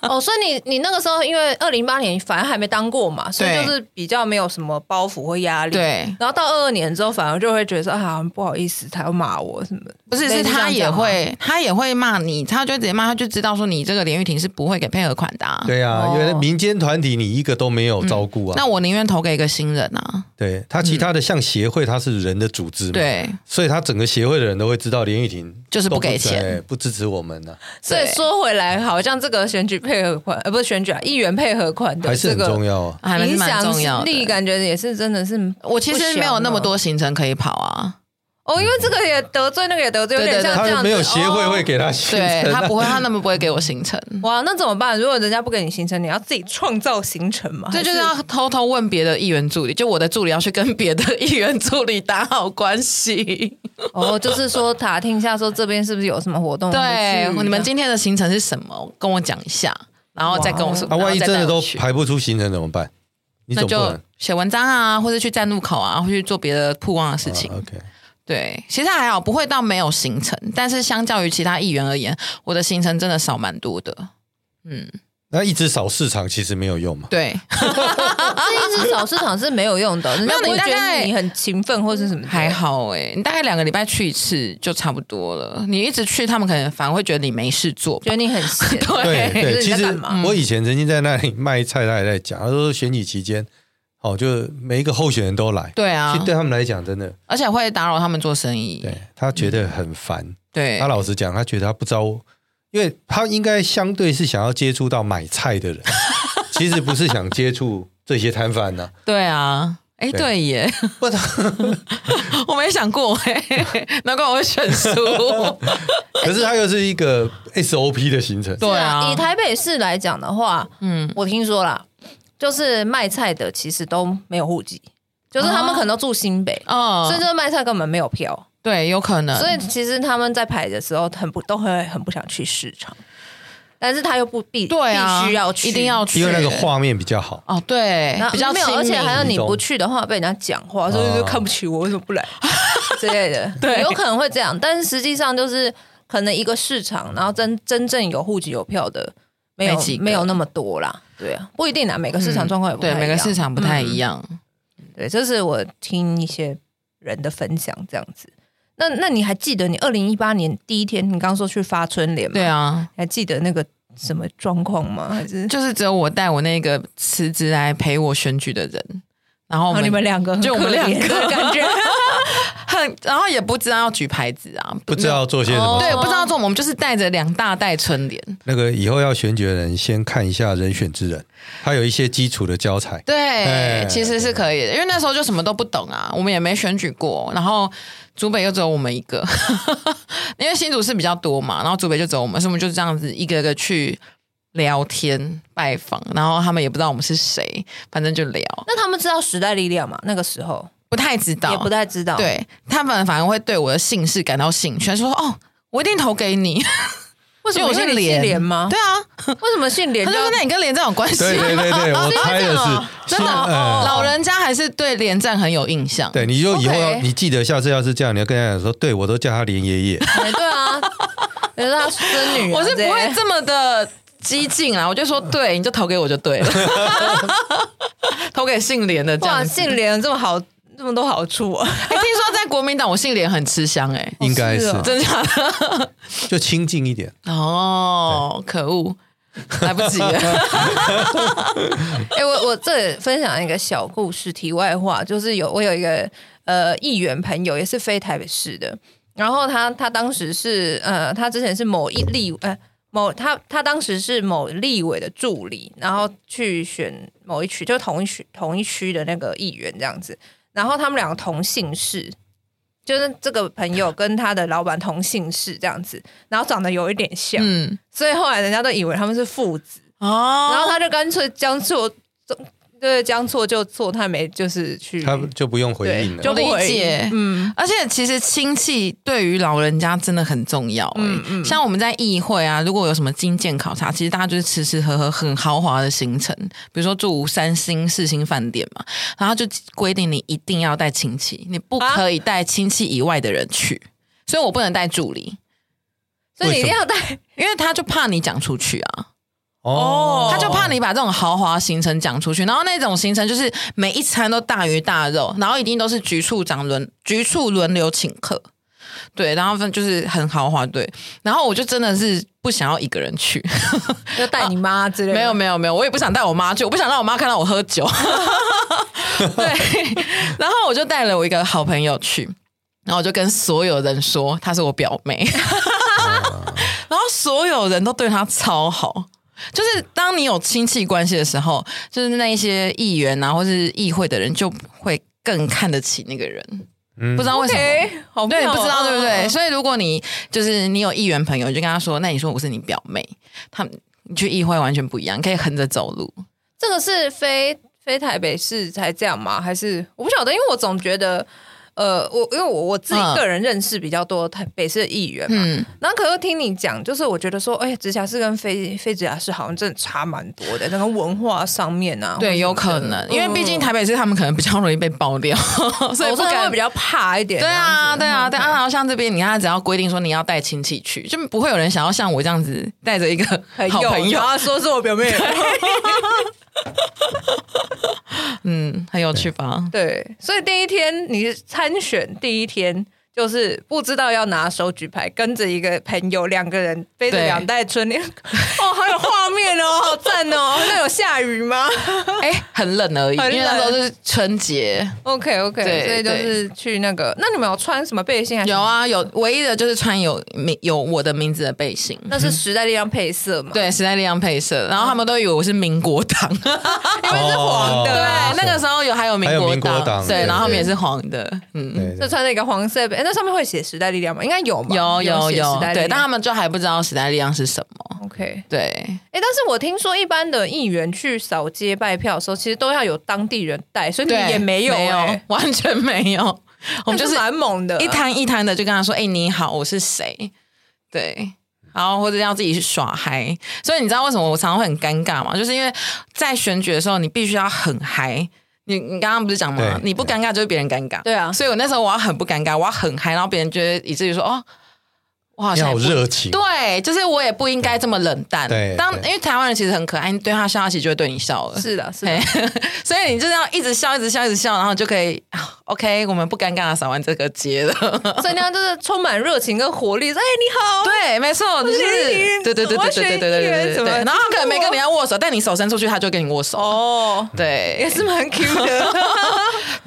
Speaker 2: 哦，所以你你那个时候因为二零一八年反正还没当过嘛，所以
Speaker 4: 对
Speaker 2: 就是比较没有什么包袱或压力。。
Speaker 4: 对，
Speaker 2: 然后到二二年之后，反而就会觉得说啊，不好意思，他要骂我什么的？
Speaker 4: 不是，
Speaker 2: 类似
Speaker 4: 是
Speaker 2: 这样啊
Speaker 4: 他也
Speaker 2: 讲吗
Speaker 4: 会，他也会骂你，他就直接骂，他就知道说你这个连玉婷是不会给配合款的、啊。
Speaker 3: 对啊，
Speaker 2: 哦
Speaker 3: 因为民间团体你一个都没有照顾啊。
Speaker 4: 那我宁愿投给一个新人啊。
Speaker 3: 对他其他的像协会，它是人的组织嘛，，
Speaker 4: 对，
Speaker 3: 所以他整个协会的人都会知道连玉婷
Speaker 4: 就是不
Speaker 3: 都不
Speaker 4: 给钱
Speaker 3: 在，不支持我们啊呢，
Speaker 2: 所以
Speaker 4: 对
Speaker 2: 说回来，好像这个选举配合款，呃，不是选举啊，议员配合款的
Speaker 3: 还是
Speaker 2: 这
Speaker 3: 很重
Speaker 2: 个
Speaker 3: 要啊。
Speaker 4: 还是
Speaker 2: 影
Speaker 4: 蛮重
Speaker 2: 响
Speaker 4: 要
Speaker 2: 力，
Speaker 4: 的。
Speaker 2: 感觉也是真的是
Speaker 4: 我其实没有那么
Speaker 2: 不小呢
Speaker 4: 多行程可以跑啊，
Speaker 2: 哦，因为这个也得罪，那个也得罪，有
Speaker 4: 对
Speaker 2: 点
Speaker 4: 对
Speaker 2: 像
Speaker 3: 他
Speaker 2: 这样
Speaker 3: 又
Speaker 2: 子。
Speaker 3: 没有协会
Speaker 2: 哦
Speaker 3: 会给他行
Speaker 4: 对
Speaker 3: 程啊
Speaker 4: 他不会，他那么不会给我行程。
Speaker 2: 哇，那怎么办？如果人家不给你行程，你要自己创造行程嘛？
Speaker 4: 这就是 要偷偷问别的议员助理，就我的助理要去跟别的议员助理打好关系。
Speaker 2: 哦，就是说打听一下，说这边是不是有什么活动？
Speaker 4: 对
Speaker 2: 哦我，去
Speaker 4: 你们今天的行程是什么？跟我讲一下，然后再跟我说。
Speaker 3: 啊，万一
Speaker 4: 然后再
Speaker 3: 真的
Speaker 4: 带我
Speaker 3: 都
Speaker 4: 去
Speaker 3: 排不出行程怎么办？你
Speaker 4: 那
Speaker 3: 总不
Speaker 4: 就
Speaker 3: 能
Speaker 4: 写文章啊，或者去站路口啊，或去做别的曝光的事情。
Speaker 3: 啊 OK，
Speaker 4: 对，其实还好，不会到没有行程，但是相较于其他议员而言，我的行程真的少蛮多的。嗯
Speaker 3: 那一直扫市场其实没有用嘛。
Speaker 4: 对，
Speaker 2: 这一只小市场是没有用的，人家
Speaker 4: 没有
Speaker 2: 不会
Speaker 4: 你大
Speaker 2: 觉得
Speaker 4: 概
Speaker 2: 你很勤奋或是什么的。
Speaker 4: 还好哎、你大概两个礼拜去一次就差不多了。你一直去，他们可能反而会觉得你没事做吧。
Speaker 2: 觉得你很闲，
Speaker 3: 对
Speaker 2: 就是
Speaker 3: 对，
Speaker 2: 你
Speaker 3: 其
Speaker 2: 在
Speaker 3: 实
Speaker 2: 干嘛？
Speaker 3: 我以前曾经在那里卖菜，他也在讲，他说选举期间，哦，就每一个候选人都来，
Speaker 4: 对
Speaker 3: 其
Speaker 4: 啊
Speaker 3: 实，对他们来讲，真的，
Speaker 4: 而且会打扰他们做生意。
Speaker 3: 对他觉得很烦。
Speaker 4: 嗯对
Speaker 3: 他老实讲，他觉得他不知道，因为他应该相对是想要接触到买菜的人，其实不是想接触这些摊贩呐。
Speaker 4: 对啊，哎，
Speaker 3: 对
Speaker 4: 对耶，
Speaker 3: 不然他，
Speaker 4: 我没想过哎，难怪我会选 书。
Speaker 3: 可是他又是一个 SOP 的行程，
Speaker 4: 对
Speaker 2: 以
Speaker 4: 啊，
Speaker 2: 台北市来讲的话，
Speaker 4: 嗯，
Speaker 2: 我听说啦，就是卖菜的其实都没有户籍，就是他们可能都住新北，所以
Speaker 4: 啊哦，嗯
Speaker 2: 这卖菜根本没有票，
Speaker 4: 对，有可能。
Speaker 2: 所以其实他们在排的时候很不都会很不想去市场，但是他又不必
Speaker 4: 对啊，
Speaker 2: 必须要去，
Speaker 4: 一定要去，
Speaker 3: 因为那个画面比较好。
Speaker 4: 哦，对
Speaker 2: 然，后
Speaker 4: 比较
Speaker 2: 没有，
Speaker 4: 亲
Speaker 2: 而且还要
Speaker 3: 有
Speaker 4: 民
Speaker 2: 你不去的话被人家讲
Speaker 4: 啊
Speaker 2: 话，所以就看不起我，为什么不 来之类的，
Speaker 4: 对
Speaker 2: 有可能会这样，但是实际上就是可能一个市场，然后真真正有户籍有票的。没有
Speaker 4: 没几个
Speaker 2: 没有那么多啦，对啊，不一定啊，每个市场状况也不太一
Speaker 4: 嗯对，
Speaker 2: 样、
Speaker 4: 每个市场不太
Speaker 2: 嗯
Speaker 4: 一样。
Speaker 2: 对，这是我听一些人的分享这样子。那那你还记得你二零一八年第一天，你刚刚说去发春联吗？
Speaker 4: 对，啊，
Speaker 2: 还记得那个什么状况吗？还是
Speaker 4: 就是只有我带我那个辞职来陪我选举的人，然后
Speaker 2: 然后
Speaker 4: 我们
Speaker 2: 啊你们两个很
Speaker 4: 就我
Speaker 2: 可
Speaker 4: 们
Speaker 2: 怜
Speaker 4: 两个
Speaker 2: 的感觉，
Speaker 4: 很，然后也不知道要举牌子啊，
Speaker 3: 不知道做些什么
Speaker 2: 哦
Speaker 3: 事，
Speaker 4: 对，不知道做什么，我们就是带着两大袋春联，
Speaker 3: 那个以后要选举的人，先看一下人选之人，他有一些基础的教材。
Speaker 4: 对，
Speaker 3: 哎
Speaker 4: 其实是可以的，因为那时候就什么都不懂啊，我们也没选举过，然后竹北又只有我们一个， 因为新竹市比较多嘛，然后竹北就只有我们，所以我们就这样子一个个去聊天拜访，然后他们也不知道我们是谁，反正就聊，
Speaker 2: 那他们知道时代力量吗？那个时候
Speaker 4: 不太知道，
Speaker 2: 也不太知道。，
Speaker 4: 对他们反而会对我的姓氏感到兴趣，说哦，我一定投给你，
Speaker 2: 为什么
Speaker 4: 因为我姓
Speaker 2: 因为你
Speaker 4: 连
Speaker 2: 姓连吗？
Speaker 4: 对啊，
Speaker 2: 为什么姓连
Speaker 4: 他
Speaker 2: 就
Speaker 4: 就说那你跟连战有关系吗
Speaker 3: 对对对对， 我猜的是
Speaker 4: 真的哦、
Speaker 3: 哎
Speaker 4: 老人家还是对连战很有印象。
Speaker 3: 对，你就以后要
Speaker 2: OK
Speaker 3: 你记得下次要是这样，你要跟他讲说，对我都叫他连爷 爷。
Speaker 2: 哎对啊，你是他孙女啊，
Speaker 4: 我是不
Speaker 2: 这
Speaker 4: 会
Speaker 2: 些
Speaker 4: 这么的激进啊，我就说对，你就投给我就对 了，投给姓连的这
Speaker 2: 哇，
Speaker 4: 样子。
Speaker 2: 姓连这么好，这么多好处啊！
Speaker 4: 哎、听说在国民党我姓连很吃香哎、
Speaker 3: 应该是
Speaker 2: 是哦
Speaker 4: 真的假的？
Speaker 3: 就亲近一点，
Speaker 4: 哦，可恶，来不及 了。
Speaker 2: 哎、我我这里分享一个小故事，题外话，就是有我有一个呃议员朋友，也是非台北市的，然后他他当时是呃，他之前是某一立呃某他他当时是某立委的助理，然后去选某一区，就同一区同一区的那个议员这样子，然后他们两个同姓氏。就是这个朋友跟他的老板同姓氏这样子，然后长得有一点像，
Speaker 4: 嗯，
Speaker 2: 所以后来人家都以为他们是父子。
Speaker 4: 哦，
Speaker 2: 然后他就干脆将错对将错就错，他没就是去
Speaker 3: 他就不用回
Speaker 2: 对
Speaker 3: 应了。
Speaker 2: 就不
Speaker 4: 我理
Speaker 2: 回
Speaker 4: 解
Speaker 2: 应嗯，
Speaker 4: 而且其实亲戚对于老人家真的很重要、欸，
Speaker 2: 嗯嗯
Speaker 4: 像我们在议会啊，如果有什么金建考察，其实大家就是吃吃喝喝很豪华的行程，比如说住三星四星饭店嘛，然后就规定你一定要带亲戚，你不
Speaker 2: 啊
Speaker 4: 可以带亲戚以外的人去，所以我不能带助理，
Speaker 2: 所以你一定要带
Speaker 4: 因为他就怕你讲出去啊。
Speaker 3: 哦
Speaker 4: 他就怕你把这种豪华行程讲出去，然后那种行程就是每一餐都大鱼大肉，然后一定都是局处长轮局处轮流请客，对，然后分就是很豪华，对，然后我就真的是不想要一个人去，
Speaker 2: 要带你妈之类的，
Speaker 4: 没有没有没有，我也不想带我妈去，我不想让我妈看到我喝酒，对，然后我就带了我一个好朋友去，然后我就跟所有人说她是我表妹，然后所有人都对她超好。就是当你有亲戚关系的时候，就是那一些议员啊，或是议会的人就会更看得起那个人，
Speaker 3: 嗯
Speaker 4: 不知道为什么。
Speaker 2: OK，好妙哦，
Speaker 4: 对，不知道对不对？
Speaker 2: 嗯
Speaker 4: 所以如果你就是你有议员朋友，你就跟他说，那你说我是你表妹，他们你去议会完全不一样，你可以横着走路。
Speaker 2: 这个是非非台北市才这样吗？还是我不晓得，因为我总觉得，呃，我因为我我自己
Speaker 4: 嗯
Speaker 2: 个人认识比较多台北市的议员嘛，
Speaker 4: 嗯，
Speaker 2: 然后可是听你讲，就是我觉得说，哎、直辖市跟非非直辖市好像真的差蛮多的，那个文化上面啊，
Speaker 4: 对，有
Speaker 2: 或者什么
Speaker 4: 可
Speaker 2: 的
Speaker 4: 能，嗯因为毕竟台北市他们可能比较容易被爆料，所以
Speaker 2: 我
Speaker 4: 不
Speaker 2: 真的
Speaker 4: 敢
Speaker 2: 会比。较怕一点。
Speaker 4: 对啊，
Speaker 2: 这
Speaker 4: 对
Speaker 2: 样嗯
Speaker 4: 啊，对啊。然后像这边，你看，只要规定说你要带亲戚去，就不会有人想要像我这样子带着一个
Speaker 2: 子
Speaker 4: 好啊朋友
Speaker 2: 然。后说是我表妹。
Speaker 4: 嗯，很有趣吧？
Speaker 2: 对，所以第一天你参选第一天。就是不知道要拿手举牌，跟着一个朋友，两个人背着
Speaker 4: 对
Speaker 2: 两袋春 联，哦，好有画面哦，好赞哦！那有下雨吗
Speaker 4: 哎、很冷而已，因
Speaker 2: 很冷
Speaker 4: 为那时候是春节。
Speaker 2: ？OK OK，
Speaker 4: 对
Speaker 2: 所以就是去那个，那你们有穿什么背心还是？
Speaker 4: 有，啊，有唯一的就是穿有名有我的名字的背心。
Speaker 2: 那是时代力量配色嘛？，
Speaker 4: 对，时代力量配色，然后他们都以为我是民国党，
Speaker 2: 因为是黄的
Speaker 3: 哦
Speaker 2: 啊，
Speaker 4: 对， 那个时候有还有民
Speaker 3: 还有
Speaker 4: 国
Speaker 3: 民国党
Speaker 4: 对，
Speaker 3: 对
Speaker 4: 然后他们也是黄的，嗯，
Speaker 3: 对
Speaker 2: 就
Speaker 3: 对
Speaker 2: 穿着一个黄色背，哎那上面会写时代力量吗？应该有吧？
Speaker 4: 有有
Speaker 2: 写
Speaker 4: 有
Speaker 2: 时代，力
Speaker 4: 对，但他
Speaker 2: 量。
Speaker 4: 们就还不知道时代力量是什么，
Speaker 2: OK，
Speaker 4: 对，
Speaker 2: 哎、但是我听说一般的议员去扫街拜票的时候，其实都要有当地人带，所以你
Speaker 4: 对，
Speaker 2: 们也没有、
Speaker 4: 没有
Speaker 3: 欸
Speaker 2: 哎，
Speaker 4: 完全没 有，我
Speaker 2: 我们
Speaker 4: 们就
Speaker 2: 就是
Speaker 4: 是
Speaker 2: 蛮猛的， 啊
Speaker 4: 一摊一摊的就跟他说，哎，你好，我是谁？对。然后或者要自己去耍嗨，所以你知道为什么我常常会很尴尬吗？就是因为在选举的时候，你必须要很嗨。你你刚刚不是讲吗
Speaker 3: 对？
Speaker 4: 你不尴尬就是别人尴尬。
Speaker 2: 对啊
Speaker 4: 所以我那时候我要很不尴尬，我要很嗨，然后别人觉得以至于说哦，我好
Speaker 3: 你
Speaker 4: 像也
Speaker 3: 好
Speaker 4: 不
Speaker 3: 热情，
Speaker 4: 对，啊就是我也不应该这么冷淡。
Speaker 3: 对
Speaker 4: 当因
Speaker 3: 对
Speaker 4: 为台湾人其实很可爱，你对他笑，他其实就会对你笑了。
Speaker 2: 是的，是的
Speaker 4: 嘿，所以你就是要一直笑，一直笑，一直笑，然后就可以、啊 OK，我们不尴尬的扫完这个街了。
Speaker 2: 所以那样就是充满热情跟活力，说哎、你好，
Speaker 4: 对，没错，就是
Speaker 2: 你
Speaker 4: 对对对对
Speaker 2: 我要
Speaker 4: 对对
Speaker 2: 选
Speaker 4: 对对对
Speaker 2: 议员
Speaker 4: 对对
Speaker 2: 什么
Speaker 4: 对。然后他可能没
Speaker 2: 请
Speaker 4: 跟
Speaker 2: 我
Speaker 4: 人家握手，但你手伸出去，他就跟你握手。
Speaker 2: 哦，也
Speaker 4: 对
Speaker 2: 是蛮 Q 的，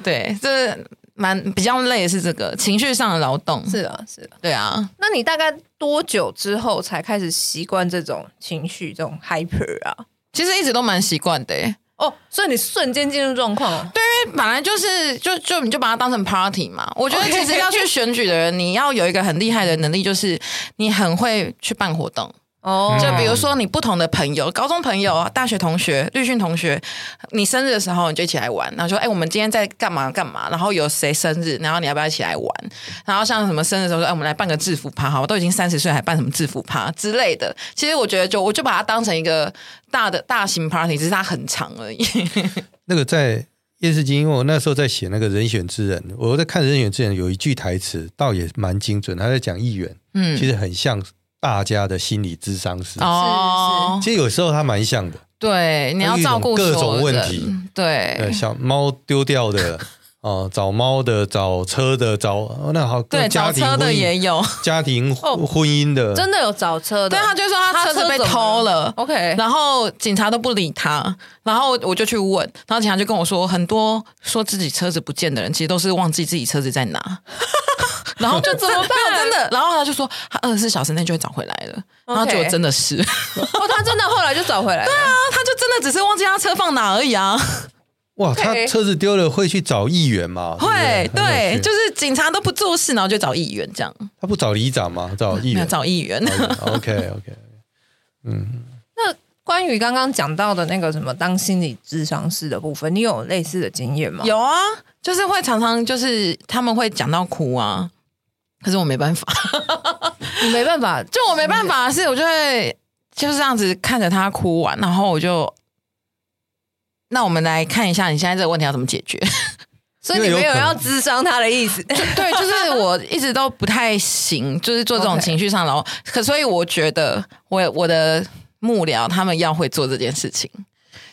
Speaker 4: 对，这蛮比较累的是这个情绪上的劳动。
Speaker 2: 是的，是的。
Speaker 4: 对啊，
Speaker 2: 那你大概多久之后才开始习惯这种情绪，这种 hyper 啊？
Speaker 4: 其实一直都蛮习惯的耶。
Speaker 2: 哦，所以你瞬间进入状况哦，
Speaker 4: 本来就是就就你就把它当成 party 嘛。我觉得其实要去选举的人，你要有一个很厉害的能力，就是你很会去办活动。
Speaker 2: 哦
Speaker 4: 就比如说你不同的朋友，高中朋友、啊大学同学、律训同学，你生日的时候你就一起来玩，然后说哎、我们今天在干嘛干嘛，然后有谁生日，然后你要不要一起来玩？然后像什么生日的时候说哎、我们来办个制服趴，好，我都已经三十岁还办什么制服趴之类的。其实我觉得就我就把它当成一个大的大型 party，只是它很长而已。
Speaker 3: 那个在夜市经，因为我那时候在写那个人选之人，我在看人选之人有一句台词，倒也蛮精准，他在讲议员，
Speaker 4: 嗯
Speaker 3: 其实很像大家的心理智商师。
Speaker 4: 哦，
Speaker 3: 其实有时候他蛮像的，
Speaker 4: 对，你要照顾
Speaker 3: 各
Speaker 4: 所有
Speaker 3: 种问
Speaker 4: 人嗯
Speaker 3: 题，呃，
Speaker 4: 对
Speaker 3: 小猫丢掉 的，哦，找猫的，找车的，找哦那好，
Speaker 4: 对，
Speaker 3: 家
Speaker 4: 找
Speaker 3: 庭
Speaker 4: 车的
Speaker 3: 婚姻
Speaker 4: 也有，
Speaker 3: 家庭
Speaker 2: 哦
Speaker 3: 婚姻的，
Speaker 2: 真的有找车的，
Speaker 4: 对，他就说他车子被偷了。
Speaker 2: OK，
Speaker 4: 然后警察都不理他，然后我就去问，然后警察就跟我说，很多说自己车子不见的人，其实都是忘记自己车子在哪， 然后就
Speaker 2: 怎么办
Speaker 4: 没有真的，然后他就说他二十四小时内就会找回来了，然后结果
Speaker 2: OK
Speaker 4: 真的是， 然后啊
Speaker 2: 哦，他真的后来就找回来了。
Speaker 4: 他就真的只是忘记他车放哪而已啊。
Speaker 3: 哇，他
Speaker 2: OK
Speaker 3: 车子丢了会去找议员嘛？
Speaker 4: 会
Speaker 3: 对，不很有
Speaker 4: 对，
Speaker 3: 趣
Speaker 4: 就是警察都不做事，然后就找议员这样，
Speaker 3: 他不找里长嘛，找议
Speaker 4: 没有
Speaker 3: 员。嗯
Speaker 4: 找议员。
Speaker 3: OK OK，
Speaker 2: 关于刚刚讲到的那个什么当心理智商师的部分，你有类似的经验吗？
Speaker 4: 有啊，就是会常常就是他们会讲到哭啊，可是我没办法，
Speaker 2: 你没办法，
Speaker 4: 就我没办法的是，我就会就是这样子看着他哭完，然后我就。那我们来看一下你现在这个问题要怎么解 决？
Speaker 2: 所以你
Speaker 3: 因为
Speaker 2: 没有
Speaker 3: 有
Speaker 2: 哎
Speaker 3: 可能
Speaker 2: 要智商他的意 思。
Speaker 4: 对，就是我一直都不太行，就是做这种
Speaker 2: OK
Speaker 4: 情绪上，然后可所以我觉得我我的幕僚他们要会做这件事情，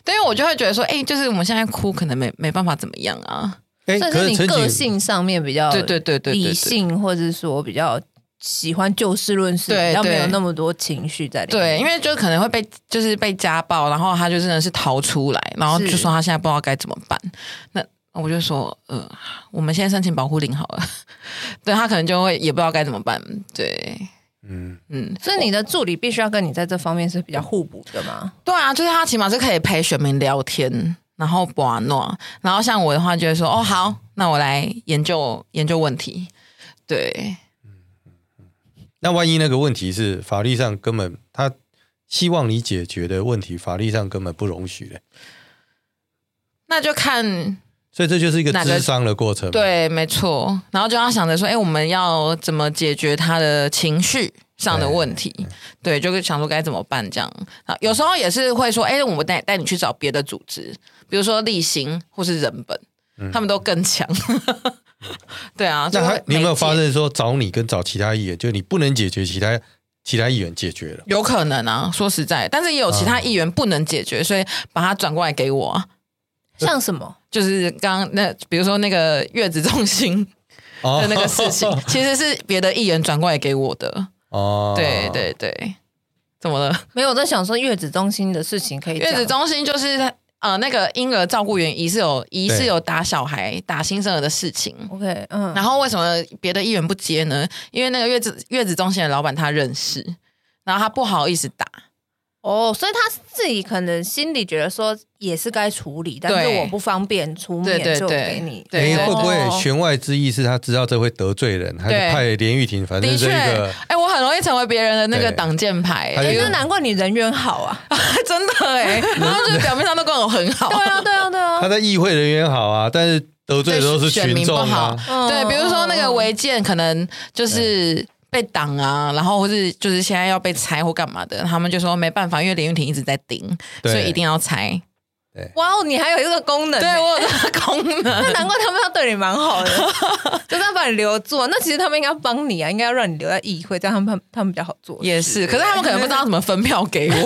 Speaker 4: 对，因为我就会觉得说，哎、就是我们现在哭可能没没办法怎么样啊，
Speaker 3: 哎，
Speaker 2: 这
Speaker 3: 可
Speaker 2: 是
Speaker 3: 是
Speaker 2: 你
Speaker 3: 陈
Speaker 2: 个
Speaker 3: 景，
Speaker 2: 性上面比较
Speaker 4: 对对对对对
Speaker 2: 理
Speaker 4: 对
Speaker 2: 性，或者说比较喜欢就事论事，
Speaker 4: 对
Speaker 2: 比较没有
Speaker 4: 对
Speaker 2: 那么多情绪在里面。
Speaker 4: 对，因为就可能会被就是被家暴，然后他就真的是逃出来，然后就是说他现在不知道该怎么办。那我就说，呃，我们现在申请保护令好了。 对他可能就会也不知道该怎么办。对，
Speaker 3: 嗯，
Speaker 4: 嗯，
Speaker 2: 所以你的助理必须要跟你在这方面是比较互补的嘛？
Speaker 4: 对啊，就是他起码是可以陪选民聊天，然后把诺，然后像我的话就会说，哦，好，那我来研究研究问题。对，
Speaker 3: 那万一那个问题是法律上根本他希望你解决的问题，法律上根本不容许的，
Speaker 4: 那就看
Speaker 3: 所以这就是一个
Speaker 4: 哪个
Speaker 3: 智商的过程。，
Speaker 4: 对，没错。然后就要想着说，哎、我们要怎么解决他的情绪上的问题？
Speaker 3: 嗯
Speaker 4: 对，就会想说该怎么办这样。啊有时候也是会说，哎、我们带带你去找别的组织，比如说立行或是人本，他们都更强。 对啊，
Speaker 3: 嗯那
Speaker 4: 就
Speaker 3: 他
Speaker 4: 会
Speaker 3: 你有没有
Speaker 4: 媒介
Speaker 3: 发？现说找你跟找其他议员，就你不能解决其他其他议员解决了，
Speaker 4: 有可能啊，说实在，但是也有其
Speaker 3: 啊
Speaker 4: 他议员不能解决，所以把他转过来给我、啊。
Speaker 2: 像什么？
Speaker 4: 就是刚刚那，比如说那个月子中心
Speaker 3: 哦
Speaker 4: 的那个事情，其实是别的议员转过来给我的。
Speaker 3: 哦，
Speaker 4: 对对对，怎么了？
Speaker 2: 没有我在想说月子中心的事情可以讲
Speaker 4: 月子中心就是呃，那个婴儿照顾员疑似有疑似
Speaker 3: 对
Speaker 4: 有打小孩、打新生儿的事情。
Speaker 2: OK，嗯，
Speaker 4: 然后为什么别的议员不接呢？因为那个月子月子中心的老板他认识，然后他不好意思打。
Speaker 2: 哦，所以他自己可能心里觉得说也是该处理，但
Speaker 4: 对
Speaker 2: 是我不方便出
Speaker 4: 对
Speaker 2: 面，
Speaker 4: 对
Speaker 2: 就
Speaker 4: 对
Speaker 2: 给你。
Speaker 4: 对
Speaker 3: 哎，
Speaker 4: 对
Speaker 3: 会不会
Speaker 2: 哦
Speaker 3: 弦外之意是他知道这会得罪人，还是
Speaker 4: 对
Speaker 3: 派连玉婷，反正
Speaker 4: 的
Speaker 3: 是
Speaker 4: 确，
Speaker 3: 一个
Speaker 4: 哎、我很容易成为别人的那个
Speaker 3: 对
Speaker 4: 挡箭牌、
Speaker 3: 他就
Speaker 2: 哎，
Speaker 3: 是
Speaker 2: 那难怪你人缘好 啊！
Speaker 4: 真的 哎、然后就是表面上都跟我很好，
Speaker 2: 对啊，对啊，对啊
Speaker 3: 他。在议会人员好啊，但是得罪的都是
Speaker 4: 选民
Speaker 3: 群
Speaker 4: 不
Speaker 3: 众
Speaker 4: 好
Speaker 3: 啊。。
Speaker 2: 嗯
Speaker 4: 对，比如说那个违建，可能就是被挡啊，然后或是就是现在要被拆或干嘛的，他们就说没办法，因为林玉婷一直在盯，
Speaker 3: 对
Speaker 4: 所以一定要拆。
Speaker 2: 哇哦，你还有一个功能，
Speaker 4: 对我有 这个功能，
Speaker 2: 那难怪他们要对你蛮好的， 就是要把你留住啊。那其实他们应该帮你啊，应该要让你留在议会，这样他们他们比较好做事。
Speaker 4: 也是，可是他们可能不知道怎么分票给我。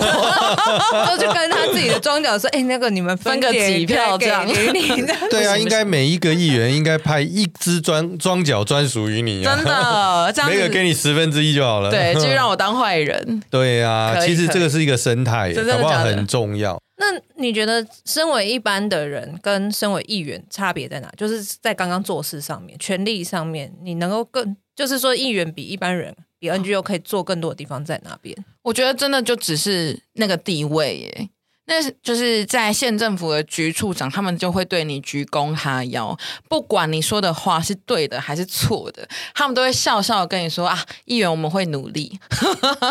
Speaker 2: 然 后就跟他自己的庄脚说：“哎、那个你们
Speaker 4: 分个
Speaker 2: 点
Speaker 4: 几票
Speaker 2: 给
Speaker 4: 这样
Speaker 2: 给你的。
Speaker 3: 对啊，
Speaker 4: 不行
Speaker 3: 应该每一个议员应该派一只专装脚专属于你啊，
Speaker 4: 真的这样 子
Speaker 3: 每个给你十分之一就好了。
Speaker 4: 对，就让我当坏人。
Speaker 3: 对啊，
Speaker 4: 可以
Speaker 3: 其实
Speaker 4: 可以
Speaker 3: 这个是一个生态，
Speaker 4: 这真的
Speaker 3: 搞不好
Speaker 4: 假的
Speaker 3: 很重要。”
Speaker 2: 那你觉得身为一般的人跟身为议员差别在哪？就是在刚刚做事上面、权利上面，你能够更，就是说议员比一般人、比 NGO 可以做更多的地方在哪边？
Speaker 4: 我觉得真的就只是那个地位耶。那是就是在县政府的局处长，他们就会对你鞠躬哈腰，不管你说的话是对的还是错的，他们都会笑笑地跟你说啊，议员我们会努力，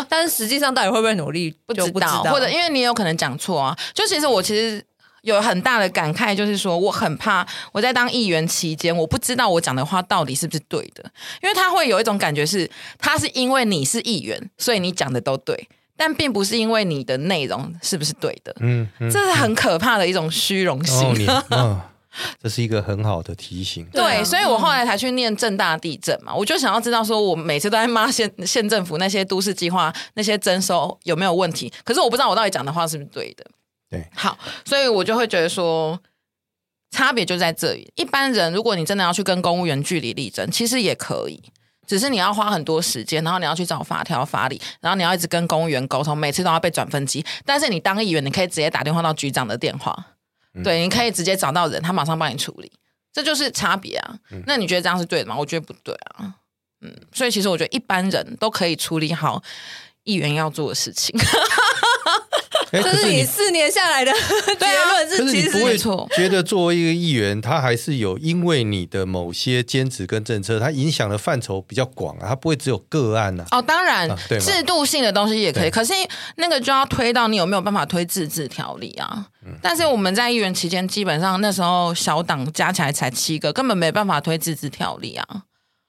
Speaker 2: 但是实际上到底会不会努力，
Speaker 4: 不
Speaker 2: 就
Speaker 4: 知
Speaker 2: 不
Speaker 4: 道，或者因为你有可能讲错啊。就其实我其实有很大的感慨，就是说我很怕我在当议员期间，我不知道我讲的话到底是不是对的，因为他会有一种感觉是，他是因为你是议员，所以你讲的都对，但并不是因为你的内容是不是对的，
Speaker 3: 嗯，嗯
Speaker 4: 这是很可怕的一种虚荣
Speaker 3: 然后
Speaker 4: 心。
Speaker 3: 你， 嗯，这是一个很好的提醒。
Speaker 2: 对啊
Speaker 4: 对，所以我后来才去念正大地震嘛，我就想要知道说，我每次都在骂县县政府那些都市计划那些征收有没有问题，可是我不知道我到底讲的话是不是对的。
Speaker 3: 对，
Speaker 4: 好，所以我就会觉得说，差别就在这里。一般人如果你真的要去跟公务员据理力争，其实也可以。只是你要花很多时间，然后你要去找法条法理，然后你要一直跟公务员沟通，每次都要被转分机。但是你当议员，你可以直接打电话到局长的电话，对，你可以直接找到人，他马上帮你处理。这就是差别啊。
Speaker 3: 嗯
Speaker 4: 那你觉得这样是对的吗？我觉得不对啊。嗯，所以其实我觉得一般人都可以处理好议员要做的事情。
Speaker 3: 哎，
Speaker 2: 就
Speaker 3: 可
Speaker 2: 是
Speaker 3: 是
Speaker 2: 你
Speaker 3: 你。
Speaker 2: 四年下来的 结
Speaker 4: 啊
Speaker 2: 论
Speaker 3: 啊可
Speaker 2: 是，
Speaker 3: 是
Speaker 2: 其
Speaker 3: 你
Speaker 2: 实
Speaker 3: 不会
Speaker 4: 没错
Speaker 3: 觉得作为一个议员，他还是有因为你的某些兼职跟政策，他影响的范畴比较广啊，他不会只有个案啊。
Speaker 4: 哦，当然，
Speaker 3: 啊对嘛
Speaker 4: 制度性的东西也可
Speaker 3: 对
Speaker 4: 以，可是那个就要推到你有没有办法推自治条例啊。
Speaker 3: 嗯
Speaker 4: 但是我们在议员期间，基本上那时候小党加起来才七个，根本没办法推自治条例啊。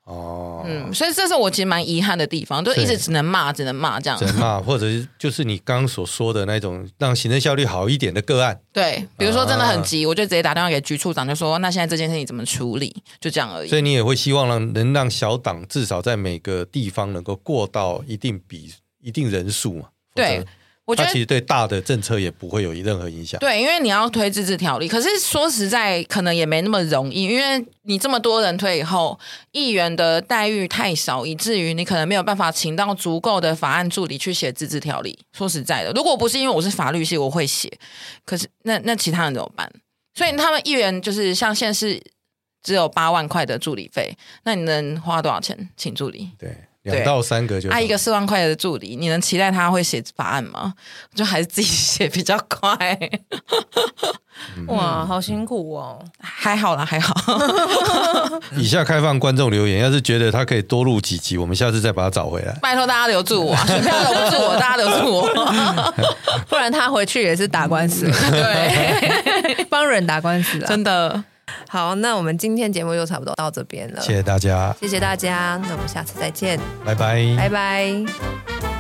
Speaker 3: 哦，
Speaker 4: 嗯，所以这是我其实蛮遗憾的地方，就一
Speaker 3: 对
Speaker 4: 直只能骂，只能骂这样。
Speaker 3: 人嘛， 或者是就是你刚刚所说的那种让行政效率好一点的个案，
Speaker 4: 对，比如说真的很
Speaker 3: 啊
Speaker 4: 急，我就直接打电话给局处长，就说那现在这件事情怎么处理，就这样而已。
Speaker 3: 所以你也会希望让能让小党至少在每个地方能够过到一定比一定人数嘛。否则
Speaker 4: 对我觉
Speaker 3: 它
Speaker 4: 得
Speaker 3: 其实对大的政策也不会有任何影响。
Speaker 4: 对，因为你要推自治条例，可是说实在，可能也没那么容易，因为你这么多人推以后，议员的待遇太少，以至于你可能没有办法请到足够的法案助理去写自治条例。说实在的，如果不是因为我是法律系，我会写，可是那那其他人怎么办？所以他们议员就是像现市只有八万块的助理费，那你能花多少钱请助理？
Speaker 3: 对，
Speaker 4: 对
Speaker 3: 两到三个就
Speaker 4: 啊爱一个四万块的助理，你能期待他会写法案吗？就还是自己 写比较快。嗯
Speaker 2: 哇，好辛苦哦。
Speaker 4: 还好啦，还好。
Speaker 3: 以下开放观众留言，要是觉得他可以多录几集，我们下次再把他找回来。
Speaker 4: 拜托大家留住 我啊，选票留不住我，大家留住 我。
Speaker 2: 不然他回去也是打官司， 对，帮人打官司啊。
Speaker 4: 嗯真的，
Speaker 2: 好，那我们今天节目就差不多到这边了，
Speaker 3: 谢谢大家，
Speaker 2: 谢谢大家，那我们下次再见，
Speaker 3: 拜拜
Speaker 2: 拜拜。